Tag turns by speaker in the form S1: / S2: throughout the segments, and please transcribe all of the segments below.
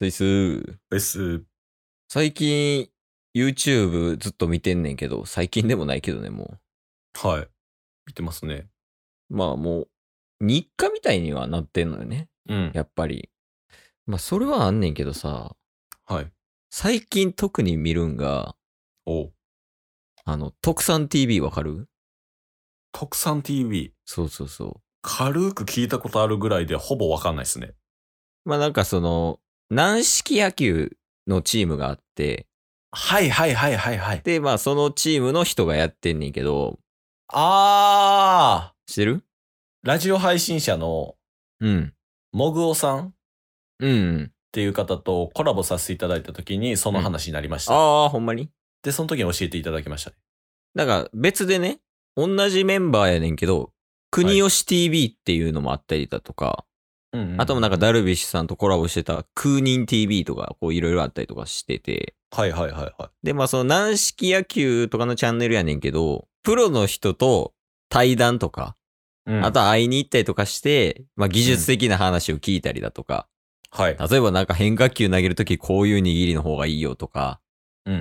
S1: です。
S2: です。
S1: 最近、YouTube ずっと見てんねんけど、最近でもないけどね、も
S2: はい。見てますね。
S1: う。まあもう、日課みたいにはなってんのよね。
S2: うん。
S1: やっぱり。まあそれはあんねんけどさ、
S2: はい。
S1: 最近特に見るんが、
S2: おう
S1: あの、特産 TV わかる
S2: 国産 TV。
S1: そうそうそ
S2: 軽く聞いたことあるぐらいでほぼわかんないですね。
S1: う。まあなんかその、軟式野球のチームがあって、
S2: はいはいはいはいはい。
S1: で、まあそのチームの人がやってんねんけど、
S2: あ
S1: 知ってる
S2: ー、ラジオ配信者の
S1: うん。
S2: モグオさんっ
S1: うんうん。
S2: ていう方とコラボさせていただいた時にその話になりました。
S1: ああ、ほんまに
S2: で、その時に教えていただきましたね。
S1: なんか別でね、同じメンバーやねんけど、国吉 TV っていうのもあったりだとか、
S2: うん、
S1: あともなんかダルビッシュさんとコラボしてた空人 TV とか、こういろいろあったりとかしてて、
S2: はいはいはいはい。
S1: で、まあその軟式野球とかのチャンネルやねんけど、プロの人と対談とか、
S2: うん
S1: あとは会いに行ったりとかして、まあ技術的な話を聞いたりだとか、
S2: はい。
S1: 例えばなんか変化球投げるときこういう握りの方がいいよとか、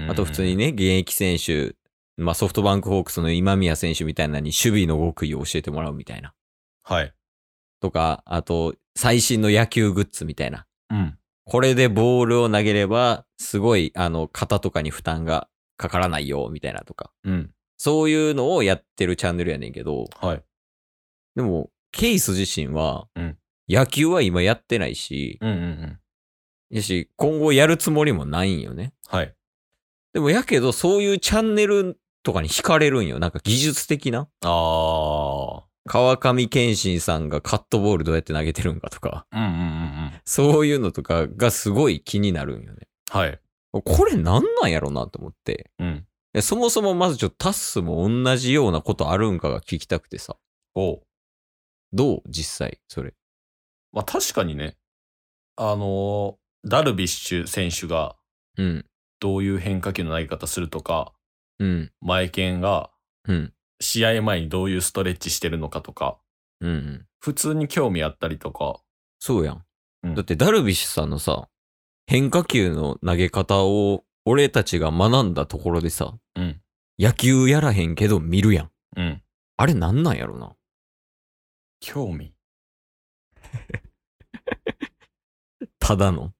S1: あと普通に
S2: ね。
S1: ね、現役選手、まあソフトバンクホークスの今宮選手みたいなのに守備の極意を教えてもらうみたいな。
S2: はい。
S1: とか、あと最新の野球グッズみたいな。
S2: うん。
S1: これでボールを投げれば、すごい、あの、肩とかに負担がかからないよ、みたいなとか。
S2: うん。
S1: そういうのをやってるチャンネルやねんけど、
S2: はい。
S1: でも、ケイス自身は
S2: うん、
S1: 野球は今やってないし、
S2: うんうんうん。
S1: やし、今後やるつもりもないんよね。
S2: はい。
S1: でもやけど、そういうチャンネルとかに惹かれるんよ。なんか技術的な。
S2: あー。
S1: 川上健信さんがカットボールどうやって投げてるんかとか、
S2: うんうんうんうん。
S1: そういうのとかがすごい気になるんよね。
S2: はい。
S1: これなんなんやろなと思って。
S2: うん。
S1: いやそもそもまずちょっとタッスも同じようなことあるんかが聞きたくてさ。
S2: おう
S1: どう実際、それ。
S2: まあ確かにね、あのーダルビッシュ選手が
S1: うん、
S2: どういう変化球の投げ方するとか、
S1: うん、
S2: マエケンが
S1: うん、
S2: 試合前にどういうストレッチしてるのかとか、
S1: うん、うん。
S2: 普通に興味あったりとか、
S1: そうやん。
S2: うん
S1: だってダルビッシュさんのさ、変化球の投げ方を俺たちが学んだところでさ、
S2: うん
S1: 野球やらへんけど見るやん。
S2: うん。
S1: あれなんなんやろな。
S2: 興味。
S1: ただ の。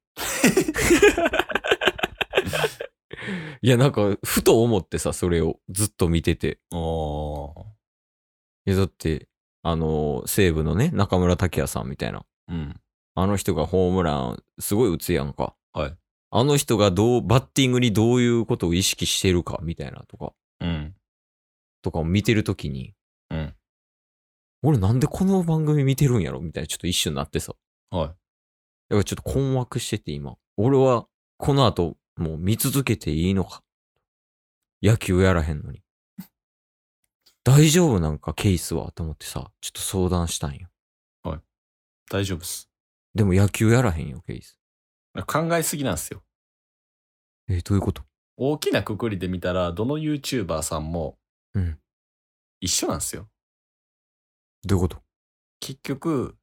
S1: いや、なんか、ふと思ってさ、それをずっと見てて。
S2: おー。
S1: いや、だって、あのー西武のね、中村拓也さんみたいな。
S2: うん。
S1: あの人がホームラン、すごい打つやんか。
S2: はい。
S1: あの人がどう、バッティングにどういうことを意識してるか、みたいなとか、
S2: うん。
S1: とかを見てるときに、
S2: うん。
S1: 俺なんでこの番組見てるんやろみたいな、ちょっと一瞬なってさ。
S2: はい。
S1: だからちょっと困惑してて今。俺はこの後もう見続けていいのか。野球やらへん のに。大丈夫なんかケースはと思ってさ、ちょっと相談したんよ。
S2: 大丈夫っす。
S1: でも野球やらへんよ、ケース。
S2: 考えすぎなんですよ。
S1: えーどういうこと
S2: 大きなくくりで見たら、どの YouTuber さんも
S1: うん。
S2: 一緒なんですよ。
S1: どういうこと
S2: 結局、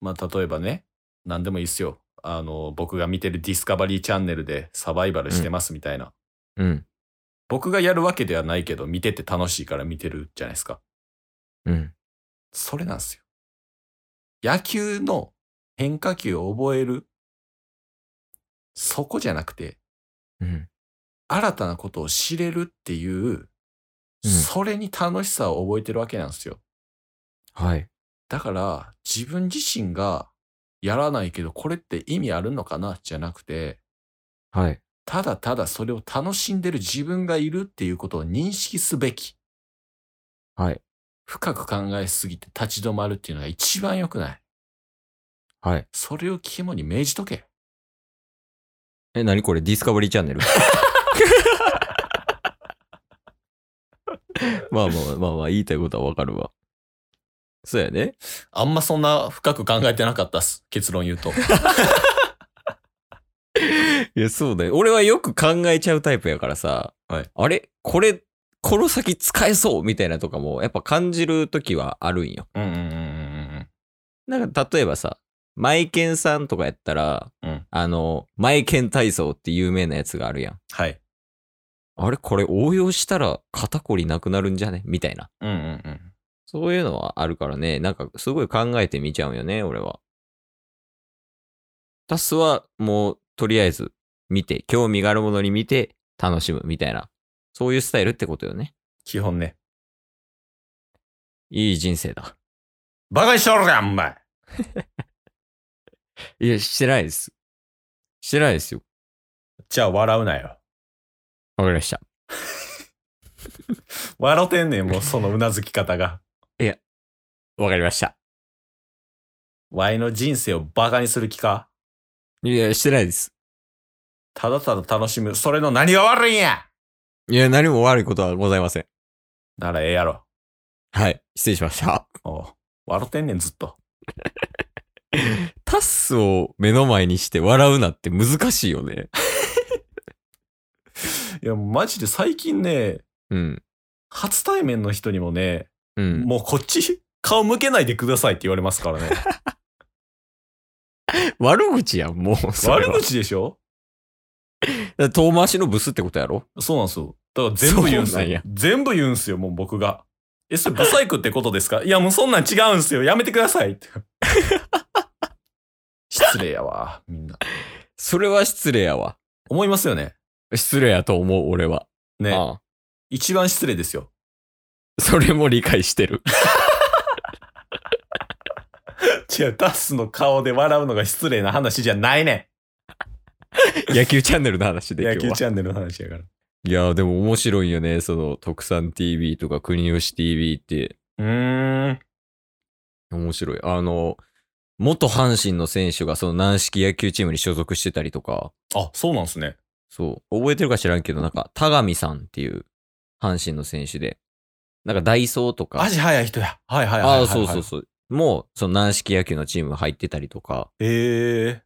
S2: まあ、例えばね、何でもいいっすよ。あの、僕が見てるディスカバリーチャンネルでサバイバルしてますみたいな。
S1: うん。
S2: 僕がやるわけではないけど、見てて楽しいから見てるじゃないですか。
S1: うん。
S2: それなんですよ。野球の変化球を覚える。そこじゃなくて、
S1: うん。
S2: 新たなことを知れるっていう、
S1: うん
S2: それに楽しさを覚えてるわけなんですよ。
S1: はい。
S2: だから自分自身がやらないけどこれって意味あるのかなじゃなくて
S1: はい。
S2: ただただそれを楽しんでる自分がいるっていうことを認識すべき
S1: はい。
S2: 深く考えすぎて立ち止まるっていうのが一番良くない
S1: はい。
S2: それを肝に銘じとけ
S1: え、なにこれディスカバリーチャン ネルまあまあまあまあ、言いたいことはわかるわ。そうやね。
S2: あんまそんな深く考えてなかったっす結論 言うと
S1: いや、そうだよ。俺はよく考えちゃうタイプやからさ、
S2: はい
S1: あれこれ、この先使えそうみたいなとかも、やっぱ感じるときはあるんよ。
S2: うんうんうんうんうん
S1: なんか、例えばさ、マイケンさんとかやったら、
S2: うん
S1: あの、マイケン体操って有名なやつがあるやん。
S2: はい。
S1: あれこれ応用したら肩こりなくなるんじゃねみたいな。
S2: うんうんうん。
S1: そういうのはあるからね、なんかすごい考えてみちゃうよね、俺は。タスはもうとりあえず見て、興味があるものに見て楽しむみたいな。そういうスタイルってことよね。
S2: 基本ね。
S1: いい人生だ。
S2: バカにしとるか、お前。
S1: いや、してないです。してないですよ。
S2: じゃあ笑うなよ。
S1: わかりました。
S2: 笑うてんねん、もうそのうなずき方が。
S1: わかりました。
S2: ワイの人生をバカにする気か
S1: いや、してないです。
S2: ただただ楽しむ。それの何が悪いんや
S1: いや、何も悪いことはございません。
S2: ならええやろ。
S1: はい。失礼しました。
S2: おう笑うてんねん、ずっと。
S1: タスを目の前にして笑うなって難しいよね。
S2: いや、マジで最近ね、
S1: うん。
S2: 初対面の人にもね、
S1: うん。
S2: もうこっち、顔向けないでくださいって言われますからね。
S1: 悪口やん、もう それ
S2: 悪
S1: は。
S2: 口でしょ
S1: 遠回しのブスってことやろ
S2: そうなんですよ。だから全部言
S1: そ
S2: うん
S1: う
S2: す
S1: なんや
S2: よ。全部言うんすよ、もう僕が。え、それブサイクってことですかいや、もうそんなん違うんすよ。やめてくださいって。 失礼やわ、みんな。
S1: それは失礼やわ。
S2: 思いますよね。
S1: 失礼やと思う、俺は。
S2: ね。
S1: あ
S2: 一番失礼ですよ。
S1: あそれも理解して る。
S2: 違う、ダスの顔で笑うのが失礼な話じゃないね
S1: 野球チャンネルの話
S2: ん。
S1: で今
S2: 野
S1: 日
S2: 球
S1: は。
S2: チャンネルの話やから。
S1: いや、でも面白いよね。その、特産 TV とか国吉 TV って
S2: うーん。
S1: 面白い。あの、元阪神の選手がその軟式野球チームに所属してたりとか、
S2: あ、そうなんすね。
S1: そう、覚えてるか知らんけど、なんか、田上さんっていう阪神の選手で、なんかダイソーとか、
S2: ジ早い人や。はいはいはいはい、
S1: ああ、そうそうそう。もう、その軟式野球のチーム入ってたりとか、
S2: う。へえ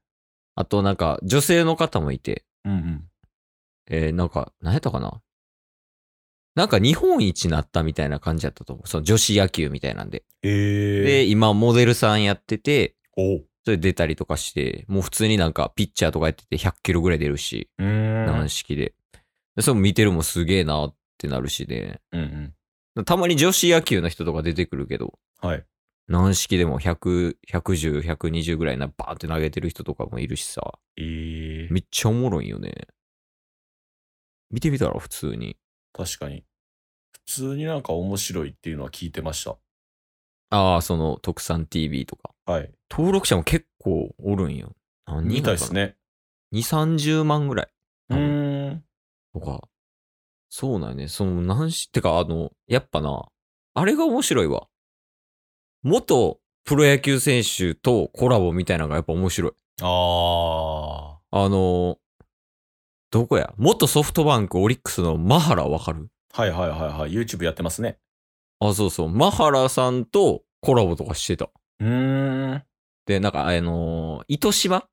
S1: あとなんか、女性の方もいて、
S2: うんうん。
S1: えー、なんか、何やったかななんか日本一になったみたいな感じだったと思う。その女子野球みたいなんで。
S2: へ
S1: で、
S2: え
S1: 今モデルさんやってて、
S2: おう。
S1: それ出たりとかして、もう普通になんかピッチャーとかやってて100キロぐらい出るし、
S2: うーん。
S1: 軟式で。でそれも見てるもすげえなってなるしね。
S2: うんうん。
S1: たまに女子野球の人とか出てくるけど、
S2: はい。
S1: 軟式でも100、110、120ぐらいな、バーンって投げてる人とかもいるしさ、
S2: ええ
S1: めっちゃおもろいよね。見てみたら普通に。
S2: 確かに。普通になんか面白いっていうのは聞いてました。
S1: ああ、その特産 TV とか。
S2: はい。
S1: 登録者も結構おるんよ。何
S2: み
S1: 人か
S2: たいで
S1: か
S2: す
S1: な
S2: ね。
S1: 2、30万ぐらい。
S2: うーん。
S1: とか。そうなんよね。その、なんし、てか、あの、やっぱな、あれが面白いわ。元プロ野球選手とコラボみたいなのがやっぱ面白い。
S2: あ
S1: あの、どこや元ソフトバンクオリックスのマハラわかる
S2: あ。はいはいはいはい。YouTube やってますね。
S1: あ、そうそう。マハラさんとコラボとかしてた。
S2: うーん。
S1: で、なんか、あの、糸島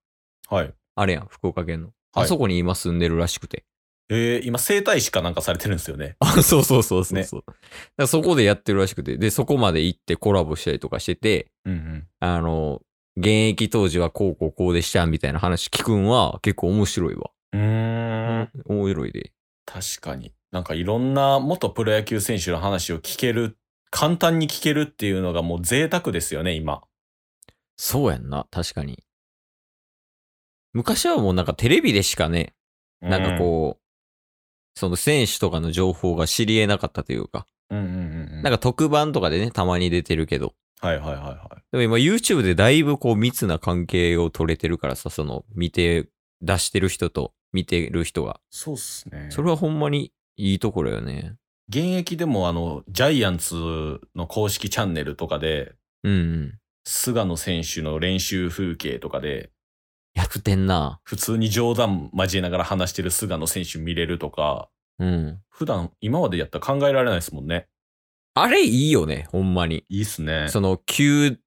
S2: はい。
S1: あれやん、福岡県の。
S2: はい
S1: あそこに今住んでるらしくて。
S2: ええ今、整体師かなんかされてるんですよね。
S1: あ、そうそうそうそう
S2: ね
S1: そう。だからそこでやってるらしくて。で、そこまで行ってコラボしたりとかしてて、
S2: うんうん。
S1: あの、現役当時はこうこうこうでしたみたいな話聞くんは結構面白いわ。
S2: うーん。
S1: 面白いで。
S2: 確かに。なんかいろんな元プロ野球選手の話を聞ける、簡単に聞けるっていうのがもう贅沢ですよね、今。
S1: そうやんな、確かに。昔はもうなんかテレビでしかね、なんかこう、その選手とかの情報が知り得なかったというか、
S2: うん。うんうんうんうん。
S1: なんか特番とかでね、たまに出てるけど、
S2: はいはいはいはい。
S1: でも今 YouTube でだいぶこう密な関係を取れてるからさ、その見て、出してる人と見てる人が。
S2: そうっすね。
S1: それはほんまにいいところよね。
S2: 現役でもあの、ジャイアンツの公式チャンネルとかで、
S1: うんうん。
S2: 菅野選手の練習風景とかで、
S1: やってんな。
S2: 普通に冗談交えながら話してる菅野選手見れるとか、
S1: うん。
S2: 普段今までやったら考えられないですもんね。
S1: あれいいよね、ほんまに。
S2: いいっすね。
S1: その、球、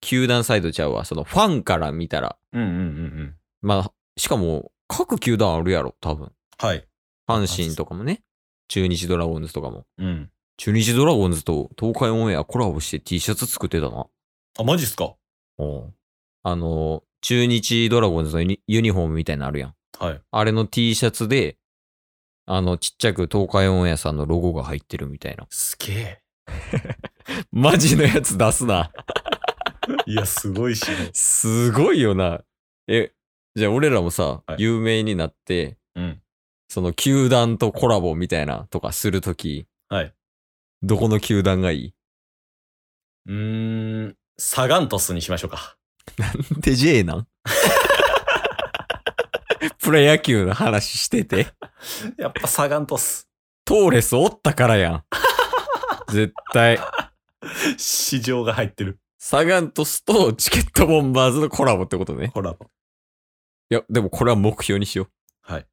S1: 球団サイドちゃうわ。その、ファンから見たら。
S2: うんうんうんうん。
S1: まあ、しかも、各球団あるやろ、多分。
S2: はい。
S1: 阪神とかもね。中日ドラゴンズとかも。
S2: うん。
S1: 中日ドラゴンズと東海オンエアコラボして T シャツ作ってたな。
S2: あ、マジっすか
S1: うん。あの、中日ドラゴンズのユニユニフォームみたいなのあるやん。
S2: はい。
S1: あれの T シャツで、あの、ちっちゃく東海オンエアさんのロゴが入ってるみたいな。
S2: すげえ。
S1: マジのやつ出すな。
S2: いや、すごいし。
S1: すごいよな。え、じゃあ俺らもさ、
S2: はい
S1: 有名になって、
S2: うん。
S1: その球団とコラボみたいなとかするとき、
S2: はい。
S1: どこの球団がいいう
S2: ーん。サガントスにしましょうか。
S1: で J なん プロ野球の話してて。
S2: やっぱサガントス。
S1: トーレスおったからやん。絶対。
S2: 市場が入ってる。
S1: サガントスとチケットボンバーズのコラボってことね。
S2: コラボ。
S1: いや、でもこれは目標にしよう。
S2: はい。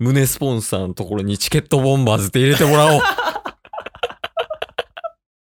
S1: 胸スポンサーのところにチケットボンバーズって入れてもらおう。